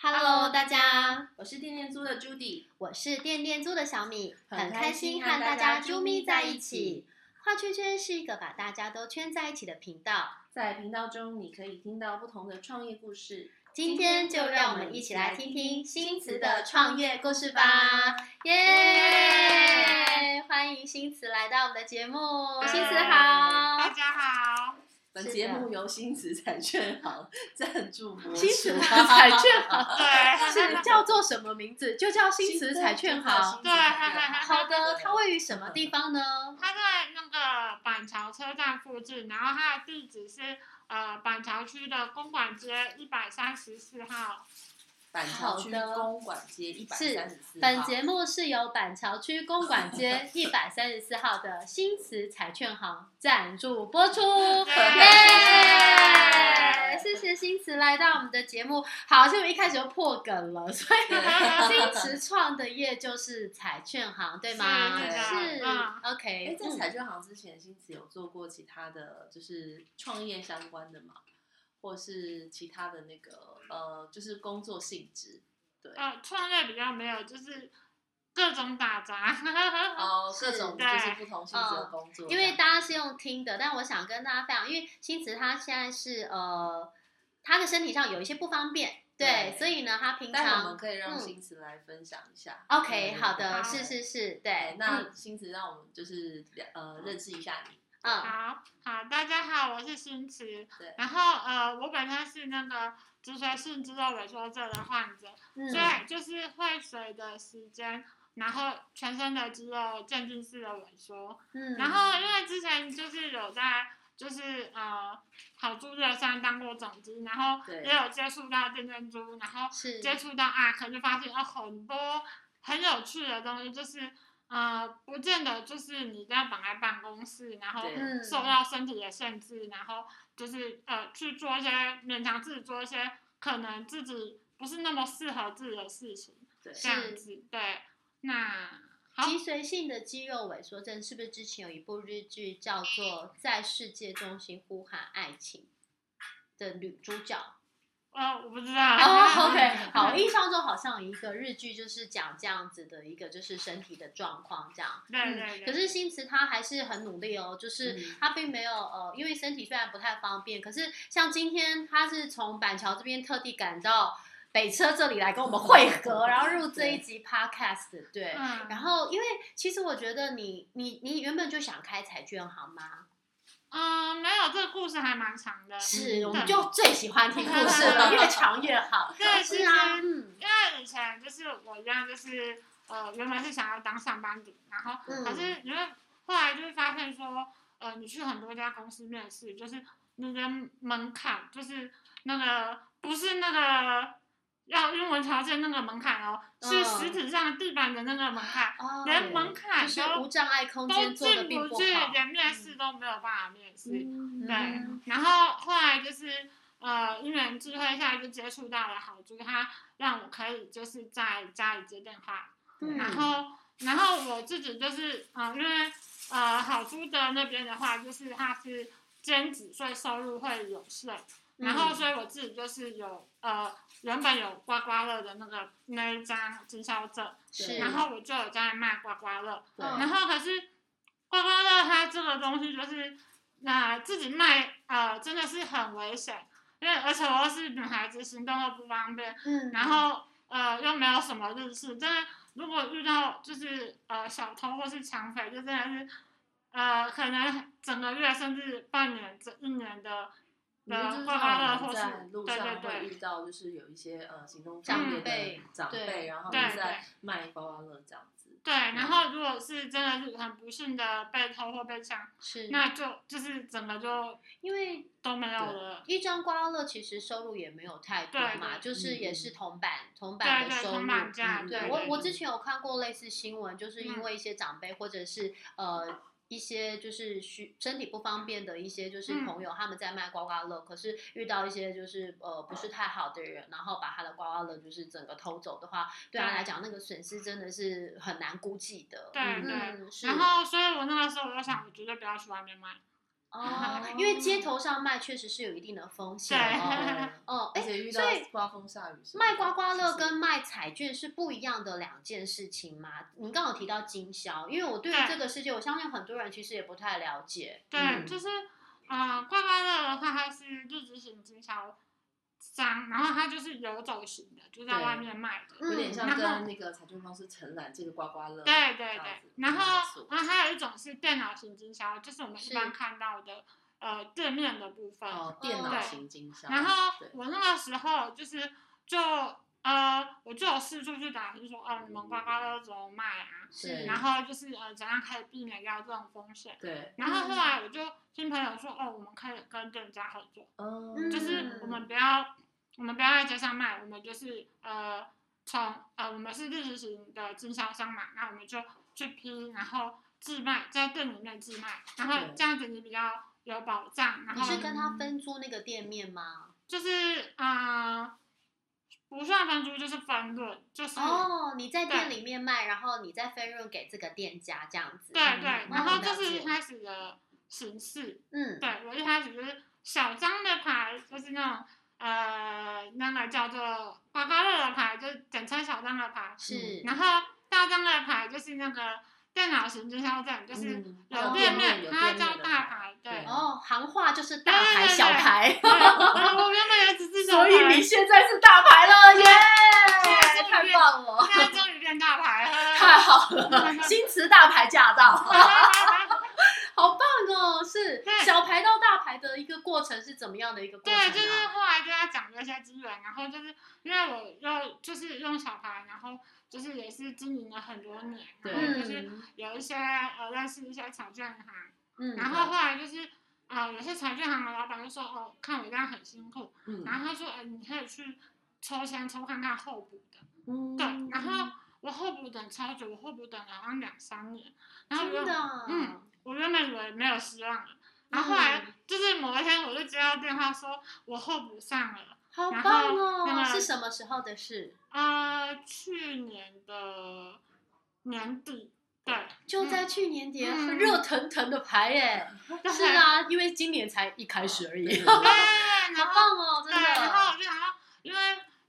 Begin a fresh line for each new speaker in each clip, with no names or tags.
Hello，大家，
我是天天猪的 Judy，
我是店店猪的小米，
很
很
开
开
心
心
和
和
大
大
家
家
啾
啾
咪
咪
在
在
一
一
起
起。画圈圈是一个把大家都圈在一起的频道，
在频道中你可以听到不同的创业故事。
今天就让我们一起来听听新慈的创业故事吧！耶
耶！
欢迎新慈来到我们的节目，新慈
大
好。
家好，
本
是的
节目由新慈彩券行赞助播出。
新慈彩券 行是
对
叫做什么名字？就叫新慈彩券行。
对对
好的，它位于什么地方呢？
他在那个板桥车站附近，然后他的地址是呃板桥区的公馆街一百三十四号。
板桥区
好的
公馆街一百三十四
本节目是由板桥区公馆街一百三十四号的新慈彩券行赞助播 出，耶！谢谢新慈来到我们的节目。好，就我们一开始就破梗了， 所以新慈创的业就是彩券行，对吗？
是
的
是
嗯
哎，
，OK
在彩券行之前，新慈有做过其他的就是创业相关的嘛，或是其他的那个呃，就是工作性质。对，
呃，创业比较没有，就是各种打杂。
哦，各种
对
就是不同性质的
嗯
工作这样，
因为大家是用听的，但我想跟大家分享，因为新慈他现在是呃，他的身体上有一些不方便，对，
对
所以呢，他平
但
常
我们可以让
嗯
新慈来分享一下。
OK，
对
好的，
好
是是是，
对
对，，嗯
那新慈让我们就是了呃认识一下你。
嗯
好好，大家好，我是新慈。
对
然后呃，我本身是那个脊髓性肌肉萎缩症的患者，所
嗯，
以就是会随着时间，然后全身的肌肉渐进式的萎缩。
嗯
然后因为之前就是有在就是呃好猪热山当过总机，然后
对
也有接触到电珍珠，然后
是
接触到 ARK 就发现有很多很有趣的东西，就是呃不见得就是你这样绑在办公室，然后
对
嗯
受到身体的限制，然后就是呃去做一些勉强自己做一些可能自己不是那么适合自己的事情，
对，
这样子对。那好
脊髓性的肌肉萎缩症是不是之前有一部日剧叫做《在世界中心呼喊爱情》的女主角？
呃我不知道
哦、o k 好，我印象中好像有一个日剧就是讲这样子的一个就是身体的状况这样。
对
嗯
对对
可是新慈他还是很努力哦，就是
嗯
他并没有呃，因为身体虽然不太方便，可是像今天他是从板桥这边特地赶到北车这里来跟我们会合，然后录这一集 podcast，对。
嗯
然后，因为其实我觉得你你你原本就想开彩券行吗？
嗯，没有，这个故事还蛮长的。
是，
嗯
我们就最喜欢听故事 了，越长越好。
对，其
是
实
啊，嗯
因为以前就是我一样，就是呃，原本是想要当上班族，然后
嗯
可是因为后来就是发现说，呃，你去很多家公司面试，就是你的门槛就是那个不是那个要英文条件那个门槛哦，是
嗯
实体上地板的那个门槛，
哦，
连门
就
槛
是
都
无障碍空
都
间做的
进
并
不
不
去，
好。
连面试都没有办法面试。
嗯
对，然后后来就是呃，因缘智慧下就接触到了好猪，它让我可以就是在家里接电话，
嗯
然后然后我自己就是呃，因为呃好猪的那边的话，就是它是兼职，所以收入会有税，然后所以我自己就是有呃原本有刮刮乐的那个那一张经销证，
是，
然后我就有在卖刮刮乐，
对
嗯
然后可是刮刮乐它这个东西就是，那、自己卖呃真的是很危险，因为而且我又是女孩子，行动又不方便，
嗯，
然后呃又没有什么日式，真的如果遇到就是呃小偷或是抢匪，就真的是呃可能整个月甚至半年这一年的
你们就
的
是
刮刮乐
像我
或
们
是
在路
对对
上会
对
遇到，就是有一些呃行动方面
长
的
辈
长
对
辈，然后
对
你
对
在卖刮刮乐这样子。
对，然后如果是真的是很不幸的被偷或被抢，
嗯
是，
那就就是整个就
因为
都没有
对
了。
一张刮刮乐其实收入也没有太多
对
嘛，
对
就是也是
嗯
铜板铜
对
板的
对，
收
铜
入。
板价，
嗯
对
对
对
我，我
对
之前有看过类似新闻，就是因
嗯
为一些长辈或者是呃一些就是需身体不方便的一些就是
嗯
朋友，他们在卖刮刮乐，可是遇到一些就是呃不是太好的人，然后把他的刮刮乐就是整个偷走的话，对他
对
来讲那个损失真的是很难估计的。
对
嗯
对。
嗯，是
然后，所以我那个时候我就想，我绝对不要去外面买，
哦，因为街头上卖确实是有一定的风险
嗯对
哦。
哦
哦，
而
哎，
且遇到
所以
刮风下雨什么的，
卖刮刮乐
其实
跟卖彩券是不一样的两件事情吗？你刚好提到经销，因为我对于
对
这个世界，我相信很多人其实也不太了解。
对，
嗯
就是呃，刮刮乐的话，它是日职型经销商，然后它就是游走型的，就在
对
外面卖的。
嗯
有点像
然后
跟那个彩券公司承揽这个刮刮乐，
对对
这样
对
子，
然后
嗯
然后还有一种是电脑型经销，就是我们
是
一般看到的呃店面的部分。
哦，电脑
对
型经销，
然后
对
我那个时候就是就呃，我就有四处去打听说，哦、你们刮刮乐怎么卖啊？
是，
然后就是呃，怎样可以避免掉这种风险？
对，
然后后来
嗯
我就听朋友说，哦，我们可以跟店家合作，
嗯，
就是我们不要我们不要在街上卖，我们就是呃从呃我们是日式型的经销商嘛，那我们就去批，然后自卖在店里面自卖，然后
对
这样子你比较有保障，然
你
后
是跟他分租那个店面吗？
就是呃不算分租就是分论，就是、
哦，你在店
对
里面卖，然后你再分润给这个店家这样子。
对对
嗯，
然后这
了
是一
解
开始的形式，
嗯，
对我一开始就是小张的牌，就是那种呃，那个叫做刮刮乐的牌，就是简称小张的牌。
是。
然后大张的牌就是那个电脑型经销站，就是
嗯
有
哦
店
有
面，
店
它
面
叫
的
大
牌
牌。对，
对
哦，行话就是大牌
对对对
小牌，
对我我原本也只是小牌，
现在是大牌了，耶！
对
太棒了，
现在终于变大牌
太
了。
好了， 新词大牌驾到，好棒哦！是
对
小牌到大牌的一个过程是怎么样的一个过程
对，
啊？
就是后来就在讲这些资源，然后就是因为我又就是用小牌，然后就是也是经营了很多年，然后
对
就是
嗯
有一些呃认识一些彩券行，
嗯，
然后后来就是呃有些彩券行的老板就说哦，看我这样很辛苦，
嗯
然后他说哎、你可以去抽签抽看看候补的，
嗯
对，然后我候补等超久，我候补等了好像两三年，然后我
真的
原
啊，
嗯我原本以为没有希望了，然后后来
嗯
就是某一天我就接到电话说我候补上了，
好
然
棒
后那
哦！
个
是什么时候的事？
呃去年的年底，对，
就在去年底，
嗯
很热腾腾的牌耶！
对
是啊，因为今年才一开始而已，
对，
嗯
然
好
后。
棒哦！真
对，然后
的，
我就想要，因为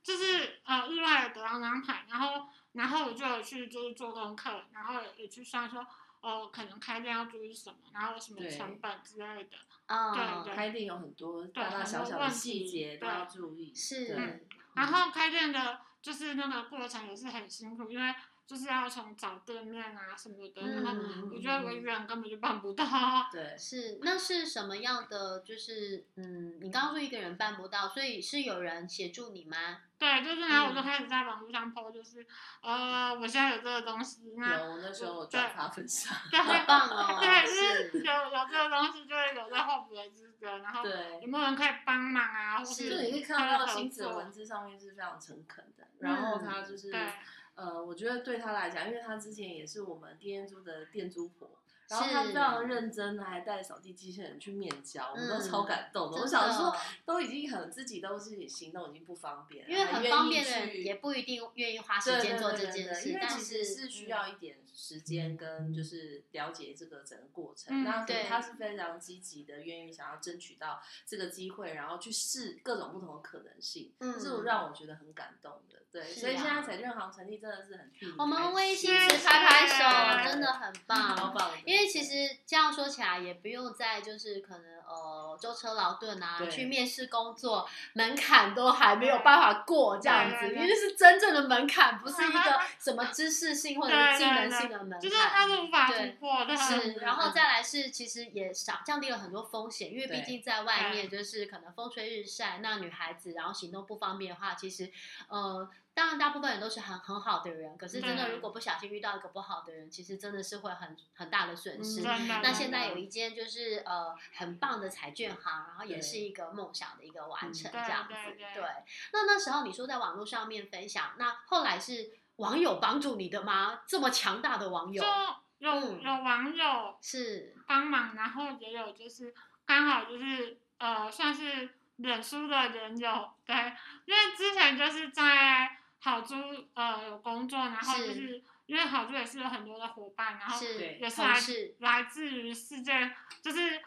就是呃意外的得到那张牌，然后然后我就有去就是做功课，然后也去算说哦可能开店要注意什么，然后有什么
对
成本之类的。
啊，
对
开店有很多大大
很
小
多
小的
问
细
题
节都
对嗯
要注意，对
是，
然后开店的就是那个过程也是很辛苦，因为就是要从找店面啊什么的，然后
嗯
我觉得我一
嗯
个人根本就办不到。啊
对，
是，那是什么样的？就是，嗯，你刚刚说一个人办不到，所以是有人协助你吗？
对，就是然后我就
嗯
开始在网络上 PO，就是呃我现在有这个东西，那
有我那时候我转发分享，
对，
好棒哦！
对，就是
是，
有有这个东西，就会有在候补的资格，然后有
对，
没有人可以帮忙啊？或
是
就你可以看到星子的文字上面是非常诚恳的，然后他就是
嗯对
呃，我觉得对他来讲，因为他之前也是我们店租的店租婆，然后
是
他非常认真的还带扫地机器人去面交，我们都
嗯
超感动的。
真
我
的
想说，，都已经很自己都是行动已经不方便了，
因为
还
很
呃愿
方
意
便的人
去
也不一定愿意花
对
时间
对
做
对
这
对
件
对
事
因，为
但
其实
是嗯
是需要一点时间跟就是了解这个整个过程。
嗯
那可
对
能他是非常积极的，愿意想要争取到这个机会，然后去试各种不同的可能性，
嗯
这是我让我觉得很感动的。对，
是
所以现
啊
在彩券行成立真的是很替你
我
开
们
心
为星
谢
驰
谢
拍拍手，真的 很
超
棒。
棒的，
因为其实这样说起来，也不用再就是可能呃舟车劳顿啊，
对
去面试工作门槛都还没有办法过这样子，
对对
因
对
为是真正的门槛，不是一个什么知识性或者是技能性的门
就是
槛
他。是无法
对
突破的。
是，然后再来是，其实也少降低了很多风险，因为毕
对
竟在外面就是可能风吹日晒，那女孩子然后行动不方便的话，其实呃，当然大部分人都是很很好的人，可是真的
对
如果不小心遇到一个不好的人，其实真的是会很很大的损失。
嗯
真的
那现在有
一
一间就是呃很棒的彩券行，然后也
对
是一个梦想的一个完成
嗯
这
对
样子
对。对
那那时候你说在网络上面分享，那后来是网友帮助你的吗？这么强大的网友
就有有
嗯
网友
是
帮忙，然后也有就是刚好就是呃算是脸书的人友，对，因为之前就是在好猪呃有工作，然后就是是因为好猪也是有很多的伙伴，然后
是
对
也是
同
来
事
来自于世界，就是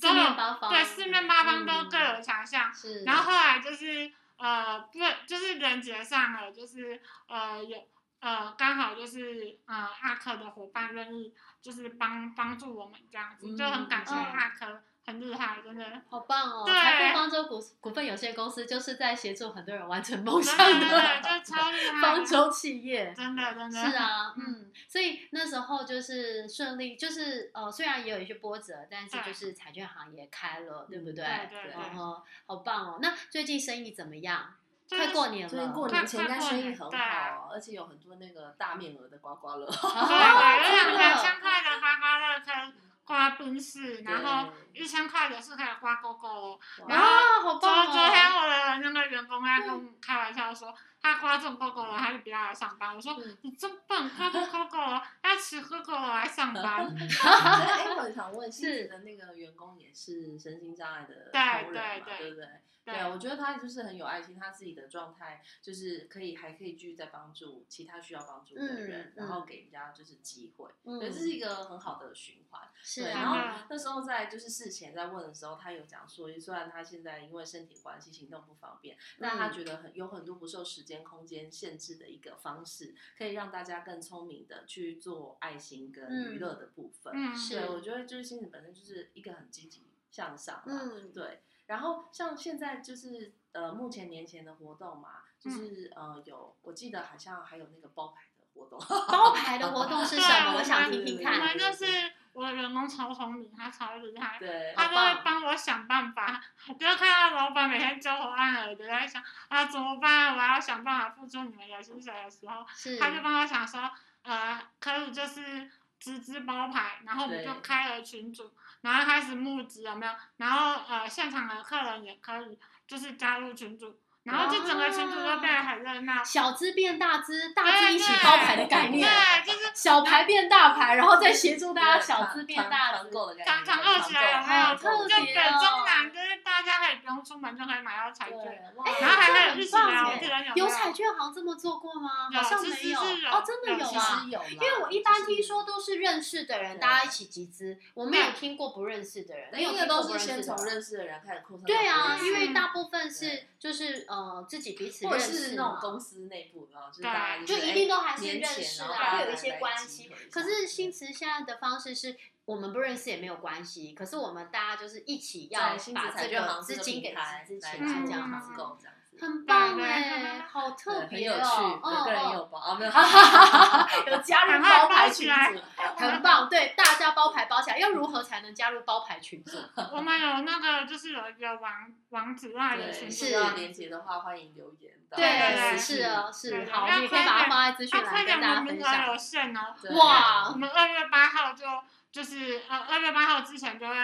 都
四面
有
八方，
对四面八方都
嗯
各有强项。
是，
然后后来就是呃，不就是人结上了，就是呃有呃刚好就是呃阿珂的伙伴愿意就是帮帮助我们这样子，就很感谢
嗯
阿珂，很厉害， 真的。
好棒哦！
对
财富方舟股股份有限公司就是在协助很多人完成梦
真
想
的真的
的
就超厉害
方
的，
舟企业。
真的真
是
的
啊，嗯，所以那时候就是顺利，就是呃，虽然也有一些波折，但是
对嗯
就是彩券行也开了，对不对？
对对对
然后好棒哦！那最近生意怎么样？
就是
快过年
所以
了，
过年前应该生意很
快快
好，哦而且有很多那个大面额的刮刮乐。
对对，
哦
有两个两千块的刮刮乐可以刮冰室，然后一千块也是可以刮狗狗。然后
啊，好
昨
棒
昨天
哦！
我的那个员工在跟我开玩笑说，他刮中 GoGo 了，他就不要来上班。我说
嗯
你真笨，刮中 GoGo 了，要吃 GoGo 了来 上班。
哎，我很想 问，
是
是的那个员工也是身心障碍的
对
同仁嘛，
对对
不对？
对
对，我觉得他就是很有爱心，他自己的状态就是可以还可以继续在帮助其他需要帮助的人
嗯，
然后给人家就是机会，对，这是
嗯，
一个很好的循环。
是
对，
啊
然
啊，
后那时候在就是事前在问的时候，他有讲说，虽然他现在因为身体关系行动不方便，但
嗯
他觉得很有很多不受时间空间限制的一个方式，可以让大家更聪明的去做爱心跟娱乐的部分。
嗯，
是
对，我觉得就是亲子本身就是一个很积极向上啦，
嗯，
对，然后像现在就是呃，目前年前的活动嘛，
嗯
就是、呃有，我记得好像还有那个包牌的活动，
包牌的活动是
对啊
什
我
么？我
们
想听听
我
看。
们就是我的员工超聪明，他超厉害。
对，
好
他都
棒
会帮我想办法，就是看到老板每天焦头烂额的在想啊怎么办，我要想办法付出你们的薪水的时候，
是，
他就帮我想说，呃，可以就是直资包牌，然后我们就
对
开了群组，然后开始募集有没有？然后呃，现场的客人也可以就是加入群组，然后就整个群组都变得很热闹。
小资变大资，哦大
对
资一起包牌的概念。
哎对，就是
小牌变大牌，然后再协助大家小资变大
团
资
团。购的感觉，
常常饿起来有没
好
有？
特
就
别
北中
哦
南，就是大家可以不用出门就可以买到彩券。
对，哇
哎，
然后还
这
有
很
日式的
棒
我
耶
记得有没
有
有
彩券行这么做过吗？
有
好像
其
没
实是有
哦，真的
有
有
其
啊。
实有啦，因
因为我一般听说都是认识的人，
对
大家一起集资，我没有
对
听过不认识的人，没有
那
听
个
过
都
不
是
认识
先从
的人。
认识的人开始扩散到别
对
人，
啊，
嗯
因为大部分是
对
就是呃自己彼此
或
认
者是
识
那种
嘛，
公司内部，然后就是大家
就是一
哎
定都还是
年
认
前
识
然后
啊，
大
会
家
有一些
来
关
集
系
合一。下
可是新词现在的方式是我们不认识也没有关系，可是我们大家就是一起要
在新
把
彩
这
券
个
行
资金给资之前是
来做
这样
行
子
嗯。
购这样子，
很棒
对
哎、
对
好特
对很
别
有
哦、
趣，我个人也
哦
有包啊，没有，
哦，有加入
赶快
包
包
牌
起
群
来
组，很棒。对，大家包牌包起来，要如何才能加入包牌群组？
我们有那个就是有一个网网址那里的群
对，
组啊
是
需要连接的话，欢迎留言。
对
对，
对
是哦，是
对
好，
要
你可以把它放在资讯
啊，快
栏
点，
跟
我
大家
们
分
名额
享
有。限哦。
对
哇
我们二月八号就就是呃二月八号之前就会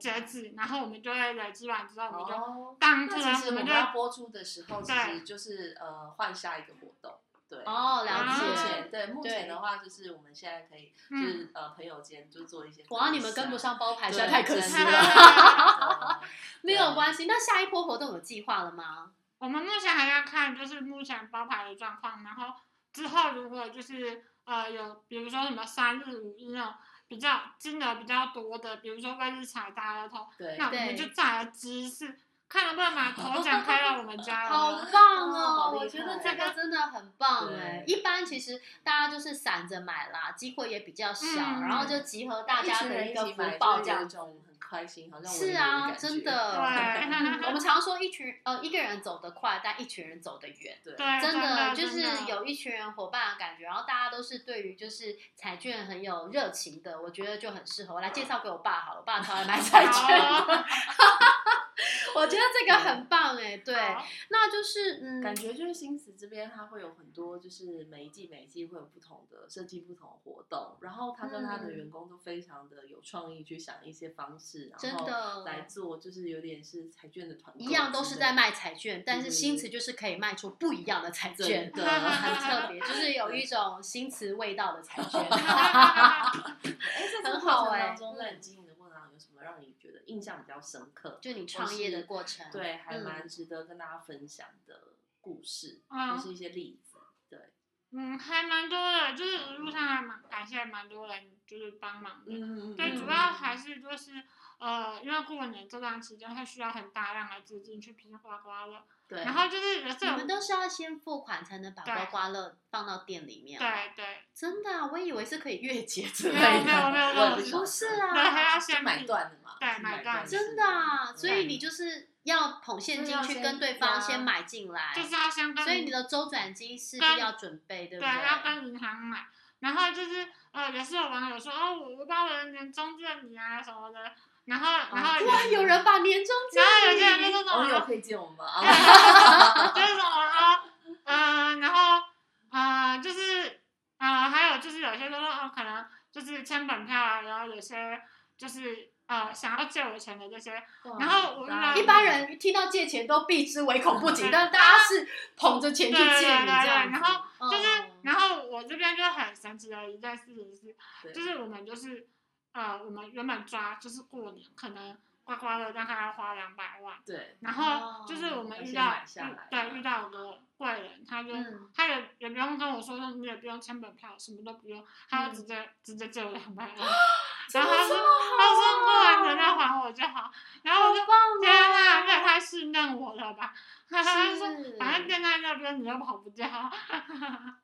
截止，然后我们就会累积完之后，我们就
哦，
当天
那其
我
实我
们
们
就
要播出的时候，其
对
实就是呃换下一个活动，对。
哦，了
目
解
前。对目
对
前的话，就是我们现在可以就
啊嗯，
是呃朋友间就做一些分享。
哇，你们跟不上包牌实
对，
在太可
真
惜
的
了。没有
对
关系，那下一波活动有计划了吗？
我们目前还要看就是目前包牌的状况，然后之后如果就是呃有比如说什么三日五一那种比较金额比较多的，比如说威日彩大乐透，
对，
那我们就再来知识，看能不能把头奖开到我们 家了。
好棒哦！
哦好厉害
我觉得这个真的很棒哎。
对
一般其实大家就是散着买啦，机会也比较小，
嗯
然后就集合大家
一群
的
人
个
一起
福
买，
报
就
这
有
样
一。种很开心，好像我
是
有
啊，
感觉
真的。
对
嗯我们常说一群呃一个人走得快，但一群人走得远。
对
对，
真
的
就是有一群人伙伴的感觉，然后大家都是对于就是彩券很有热情的，我觉得就很适合。我来介绍给我爸好了，我爸超爱买彩券，
啊
好哦
我觉得这个很棒哎。对，
好
那就是嗯，
感觉就是新词这边，它会有很多，就是每一季每一季会有不同的设计、不同的活动，然后他跟他的
嗯
员工都非常的有创意，去想一些方式，
真
然后
的
来做，就是有点是彩券的团购之类
一
的，
样都是在卖彩券，但是
嗯
新词就是可以卖出不一样的彩券
真，的
很 特别，就是有一种新词味道的彩券。
哎，在这
很
个
好
过程
哎
当中，在你经营的过程当中，有什么让你觉得印象比较深刻？
就你创业的过程，
对，还
嗯啊
蛮值得跟大家分享的故事，
嗯
或是一些例子。对，
嗯，还蛮多的，就是一路上还蛮感谢蛮多人就是帮忙的。
嗯
对，
嗯
主要还是就是呃，因为过年这段时间会需要很大量的资金去拼刮刮乐，
对，
然后就是有
你
这
们
种
都是要先付款才能把
对
刮刮乐放到店里面。，
对对，
真的、啊，我以为是可以月结之类
没有没
的。
有没有没
我
有
也，
不是啊，
对，还要
是
先
买
比
断的嘛，
对
是
买
买
断
断
真的啊、所以
对
你就是要捧现金去跟对啊方先买进来，
就是要先跟
所以你的周转金势必
跟
要准备，对不啊
对，要跟银行买。然后就是呃，也是有网友说哦，我我把我的年终赠你啊什么的。然后然后有、
啊哇，有人把年终
然后有些人
奖
就
励
说什
网友
么，
可以借我们吗？
对
啊，
就是什么啊，呃，然后呃，就是呃，还有就是有些就说哦，可能就是签本票啊，然后有些就是呃想要借我钱的这些，
哦
然后我
大家
一般人听到借钱都避之唯恐不及，
对
但大家是捧着钱去借
对对对
你这样
对然后
子
就是
嗯，
然后我这边就很神奇的一件事情是，
对
就是我们就是呃，我们原本抓就是过年可能刮刮乐大概要花两百万，
对，
然后就是
哦
我们
要
遇
先
到
买下
遇
来
对
嘛
遇到个贵人，他就、
嗯
他也也不用跟我说，你也不用签本票，什么都不用，他就直接、直接借我两百万，然后他说他说过完年
哦
再还我就好，然后我就
好棒
天哪，
哦
这也太信任我了吧！他说
是
反正店在那边你又跑不掉，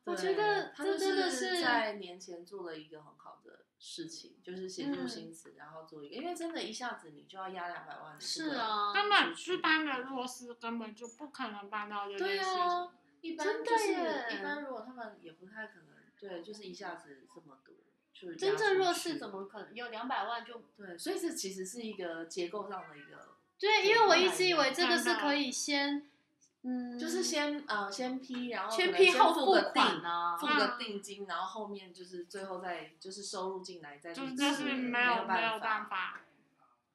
我觉
对
得
他
这
就
真的是
在年前做了一个很好的事情，就是协
嗯
助薪资，然后做一个，因为真的，一下子你就要压两百万的这
是
个，
啊，
根本一般的弱势根本就不可能办到这
对
件事情。
啊，一般
真的
就是
耶
一般如果他们也不太可能，对，就是一下子这么多，就是
真
压
正
出
弱
去
势怎么可能有两百万就？
对？所以这其实是一个结构上的一个，
对，因为我一直以为这个是可以先，嗯，
就是先呃先批，然后
先
可能
批后
付
付
个
款
定，
啊，
付
嗯
个定金，然后后面就是最后再就是收入进来再
就是
去
就
吃
是没
没
有没有
办
办。法，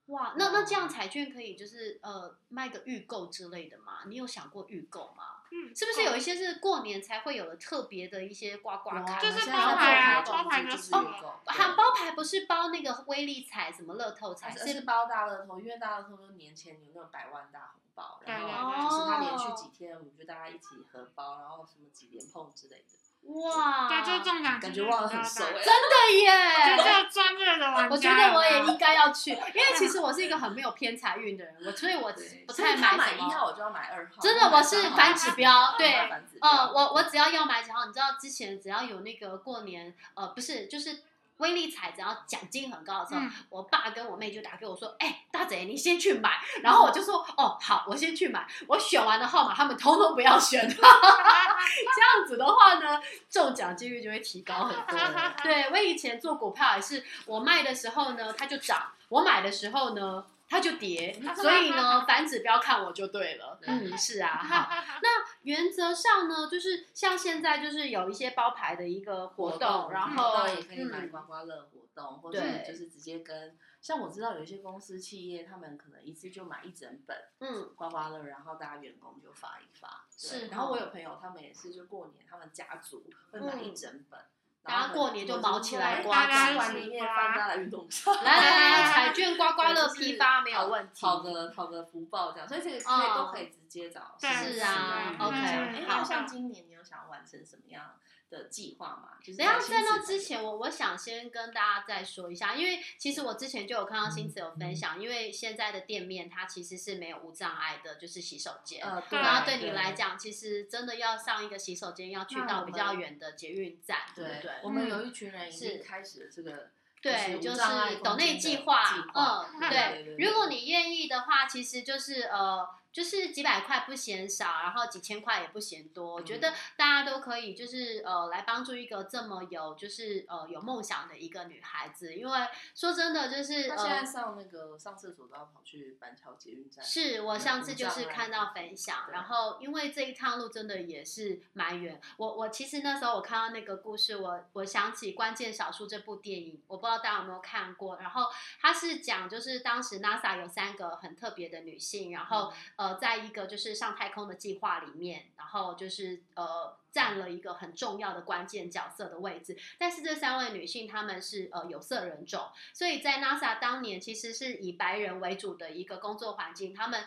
哇，那那这样彩券可以就是呃卖个预购之类的吗？你有想过预购吗？
嗯，
是不是有一些是过年才会有的特别的一些刮刮卡？啊
就是
现在
包
在
牌啊
做
包牌
就
就是是
预
了
购，
含哦啊包牌不是包那个威力彩、什么乐透彩，
还
是
呃是包大乐透，因为大乐透就年前有那种百万大红包，然
对
后就是他连续
哦
几天，我们就大家一起合包，然后什么几连碰之类的，
哦哇，
对，就中
啊
奖
感
几
觉
率
忘了
比较
很熟
大
哎、
对
就
耶。
就专业的玩家。
欸我觉得我
啊
也应该要去，因为其实我是一个很没有偏财运的人，我所以我
对
不
所以
太
他
买
买
什
一
么
号我就要买二号，
真的我是反指标对
嗯，反指标
呃，我我只要要买几号，你知道之前只要有那个过年，呃，不是就是威力彩，只要奖金很高的时候，
嗯
我爸跟我妹就打给我说，哎、大姐你先去买，然后我就说，哦，好，我先去买。我选完的号码他们通通不要选， 这样子的话呢，中奖几率就会提高很多。 对啊我以前做股票也是，我卖的时候呢它就涨，我买的时候呢。它就跌，所以呢，反指标看我就对了。嗯，是 啊，好，原则上呢，就是像现在就是有一些包牌的一个活动，然
嗯
后
当然也可以买
嗯
刮刮乐活动，或者
对
就是直接跟，像我知道有一些公司企业，他们可能一次就买一整本
嗯，
刮刮乐，然后大家员工就发一发。对
是
然后我
哦
有朋友，他们也是就过年，他们家族会买一
嗯
整本，
大家
然后
过年就毛起来
刮
刮
刮
完
乐
年夜饭，大家运动场
来来来 来，
对
彩券刮刮乐批发没有问题。
讨个讨个福报这样，所以这个可以
哦
都可以直接找
对
实习。
是啊
对
OK，
哎那
好
像今年你有想要完成什么样的计划吗？就是
等一下，
薪
在
资
那
层
之
面
前，我我想先跟大家再说一下，因为其实我之前就有看到新子有分享，因为现在的店面它其实是没有无障碍的，就是洗手间。
呃，
对
然后对你来，讲，其实真的要上一个洗手间，要去
那
到
我
比
们
较远的捷运站，对
对
不对？
我们
嗯
有一群人已
是
经开始了这个，
对，
就
就是是
无障碍
抖
空间
内
的
计
计
划，
划
嗯，
对
对
对对对
如果你愿意的话，其实就是呃，就是几百块不嫌少，然后几千块也不嫌多。我觉得
嗯
大家都可以就是呃，来帮助一个这么有就是呃有梦想的一个女孩子，因为说真的就是
他现在
呃。
上那个上厕所都要跑去板桥捷运站，
是我
嗯
上
无
次就
障
是
碍
看到分享，
对
然后因为这一趟路真的也是蛮远。我我其实那时候我看到那个故事，我我想起《关键少数》这部电影，我不知道大家有没有看过。然后它是讲就是当时 NASA 有三个很特别的女性，然后呃，在一个就是上太空的计划里面，然后就是呃占了一个很重要的关键角色的位置。但是这三位女性她们是呃有色人种，所以在 NASA 当年其实是以白人为主的一个工作环境，她们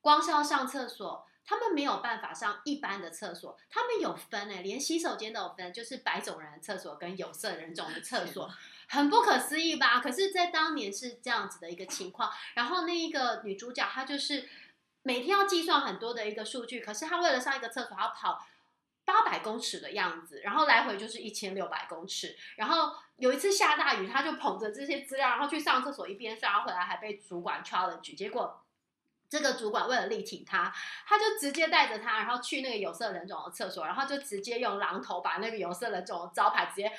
光是要上厕所。他们没有办法上一般的厕所，欸他们有分诶、连洗手间都有分，就是白种人的厕所跟有色人种的厕所。很不可思议吧？可是，在当年是这样子的一个情况。然后那一个女主角她就是每天要计算很多的一个数据，可是她为了上一个厕所，她跑八百公尺的样子，然后来回就是一千六百公尺。然后有一次下大雨，她就捧着这些资料，然后去上厕所，一边上，然后回来还被主管 challenge，结果。这个主管为了力挺她，他就直接带着她，然后去那个有色人种的厕所，然后就直接用榔头把那个有色人种的招牌直接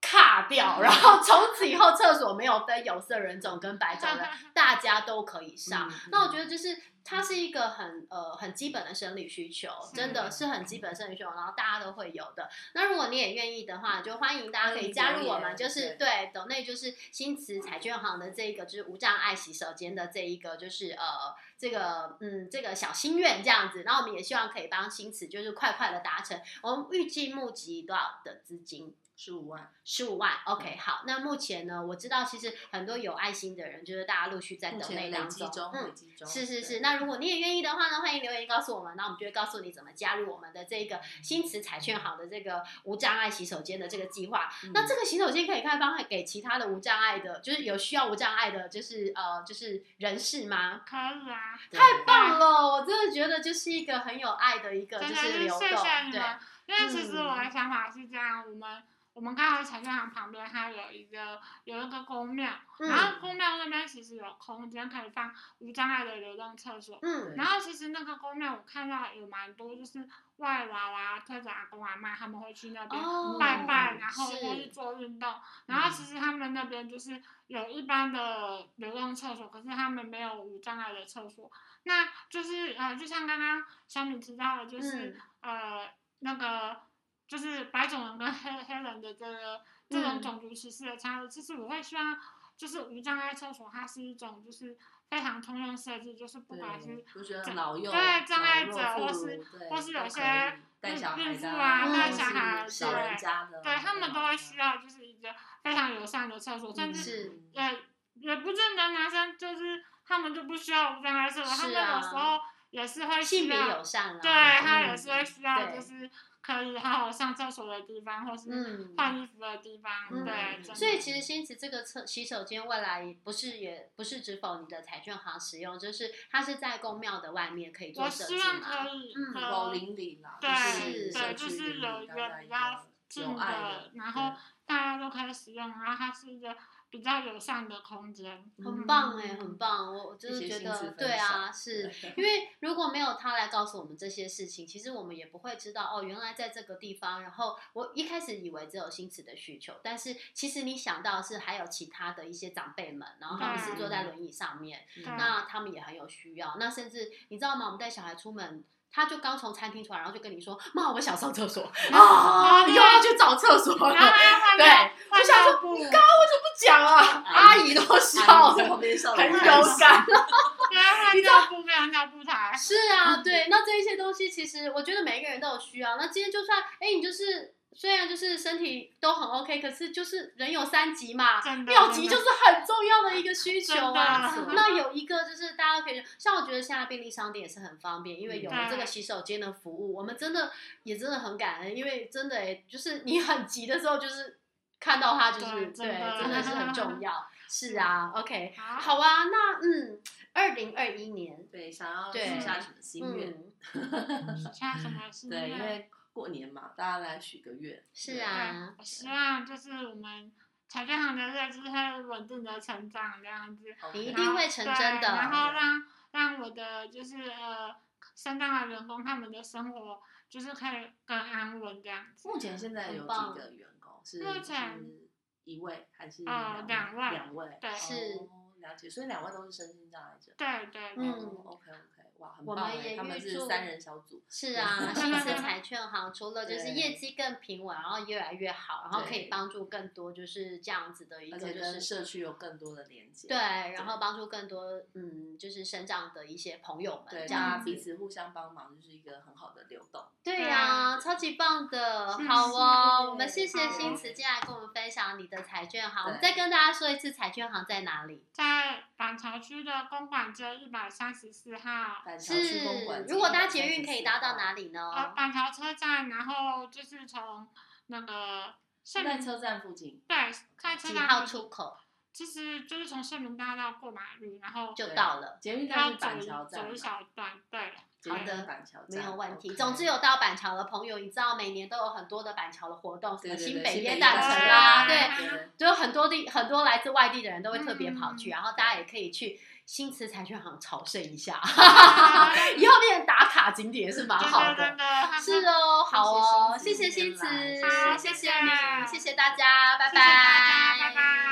卡掉，然后从此以后厕所没有分有色人种跟白种人，大家都可以上。那我觉得就是它是一个很呃很基本的生理需求，真的是很基本的生理需求，然后大家都会有的。那如果你也愿意的话，就欢迎大家可以加入我们，
嗯
就是对抖内就是新慈彩券行的这一个就是无障碍洗手间的这一个就是呃这个嗯这个小心愿这样子。然后我们也希望可以帮新慈就是快快的达成。我们预计募集多少的资金？
十五万，
十五万，OK，好。那目前呢，我知道其实很多有爱心的人，就是大家陆续在
目
抖内
前累
当
积中，累
嗯，
积中，
是是
对
是。，那如果你也愿意的话呢，欢迎留言告诉我们，那我们就会告诉你怎么加入我们的这个新慈彩券行的这个无障碍洗手间的这个计划。
嗯
那这个洗手间可以开放给其他的无障碍的，就是有需要无障碍的，就是呃，就是人士吗？
可以啊，
太
棒了，我真的觉得就是一个很有爱的一个，就
真的
是
是
流动
谢谢，你
对，嗯
们，因为其实我的想法是这样，我们我们刚好彩券行旁边它有一个有一个公庙，然
嗯
后公庙那边其实有空间可以放无障碍的流动厕所。
嗯
然后其实那个公庙我看到有蛮多就是外劳啊、推着阿公阿妈他们会去那边
哦
拜拜，
嗯
然后或
是
是做运动。然后其实他们那边就是有一般的流动厕所，可是他们没有无障碍的厕所。那就是呃，就像刚刚小米提到的，
嗯
就是、呃那个就是白种人跟黑黑人的这个这种
嗯
种族歧视的差异，其实我会希望就是无障碍厕所，它是一种就是非常通用设计，就是不管是
对，我觉得
障
老幼
对障碍
老
者
弱妇
或是
孺对
或是有
都可
些
以带
孕
小孩
孕妇
的
啊
或
带
者
小
是
孩
老人
对
家的，
对他们都会需
要，
要就是一个非常友善的厕所，甚至
是
呃也不见得男生就是他们就不需要无障碍厕所，他
是
们有时
啊
候也是会
性
需
别
要
友善啦，
对，啊他
嗯
也是会需要，
对
就是可以好好上厕所的地方，或是
嗯
换衣服的地方，
嗯
对，真
所以
的
其实新慈这个厕洗手间未来不是也不是只否你的彩券行使用，就是它是在公庙的外面可以做
我
设
希
计
望
嘛。
可以
嗯
呃
有邻里啦，
对
是
对，
社
就
区
是
邻
有
里
一
大
个
家
比较
有
近
爱
的，然后大家都可以使用，然后它是一个比较友善的空间，
很棒哎、
嗯
很。棒！我我真的
谢谢
觉
新慈
得，
分
对啊，
对
是因为如果没有他来告诉我们这些事情，其实我们也不会知道哦，原来在这个地方。然后我一开始以为只有新慈的需求，但是其实你想到是还有其他的一些长辈们，然后他们是坐
嗯
在轮椅上面，
对
那他们也很有需要。那甚至你知道吗？我们带小孩出门，他就刚从餐厅出来，然后就跟你说：“妈，我想上厕所啊，又要去找厕所了。”
然后还要换
哦对
尿
我
换
想
尿
说
布，
不讲啊，阿
阿
姨都笑
阿姨在
了，
旁边 笑得
很
开
有
心
感。
对，换尿布没有尿布台，
是啊，对，那这一些东西其实我觉得每一个人都有需要。那今天就算，哎，你就是虽然就是身体都很 OK，可是就是人有三急嘛，
真的
尿
真
急
的
就是很重要的一个需求啊
真。的
那有一个就是大家可以，像我觉得现在便利商店也是很方便，因
嗯
为有了这个
对
洗手间的服务，我们真的也真的很感恩，因为真的哎，就是你很急的时候就是。看到它就是
对真
对，
的
真的是很重 要。是啊，OK，
好，
好啊，那嗯，二零二一年
对，想要
对
许下什么心愿？
嗯、
像什么是
对，因
那
为过年嘛，大家来许个愿。
是
对
啊
对，我希望就是我们彩券行的日子会稳定的成长这样子，
你一
，OK，
定会成真的
对然后让让我的就是呃，升当的员工他们的生活就是可以更安稳这样子。
目前现在有
很棒
几个员工？是
目前
是一位还是
呃
两
两位
两位，
对
是
哦了解，所以两位都是身心障碍者。
对对对，
嗯
，OK OK，哇，很
我
棒
们
哎，
也
他们
预
是
祝
三人小组，
是啊，
对
新 慈财券行除了就是
对
业绩更平稳，然后越来越好，然后可以
对
帮助更多就是这样子的一
而
个
且
就
跟
是
社区有更多的连接。
对，然后
对
帮助更多嗯就是生长的一些朋友们
对，
这
大
样
家
子，
彼此互相帮忙，就是一个很好的流动。
对呀、超级棒的，
是
好哦，我们谢
是
谢
好
新慈进来跟我们分享你的彩券行，我们
对
再跟大家说一次彩券行在哪里。
在板桥区的公馆街一百三十四号，
板桥区公馆
是，如果搭捷运可以搭到
里？
哪里呢？
呃，板桥车站，然后就是从那个圣
在
民
车站附近。
对，开车
几
站
号
附近
出口
其实就是从圣民大道过马路，然后
就
对啊
到了，
捷运站
要
是
走
板
一
桥站
走
嘛，
一小段，对，
捷运
好的
站是板桥站，
没有问题。
OK
总之有到板桥的朋友，你知道每年都有很多的板桥的活动，什
对
么
对
新
对
北
北
耶
夜
诞
城
城
啊
啦，对，
对，
就有很多地很多来自外地的人都会特别跑去，
嗯
然后大家也可以去新慈财券行朝圣一下，
对
以后变成打卡景点也是蛮好
对
的
对。对，
是哦，好哦，谢谢
谢谢
新
新
慈
慈，
好
谢
谢
谢
谢
你，谢谢大家，拜
拜拜，谢谢大家，拜拜。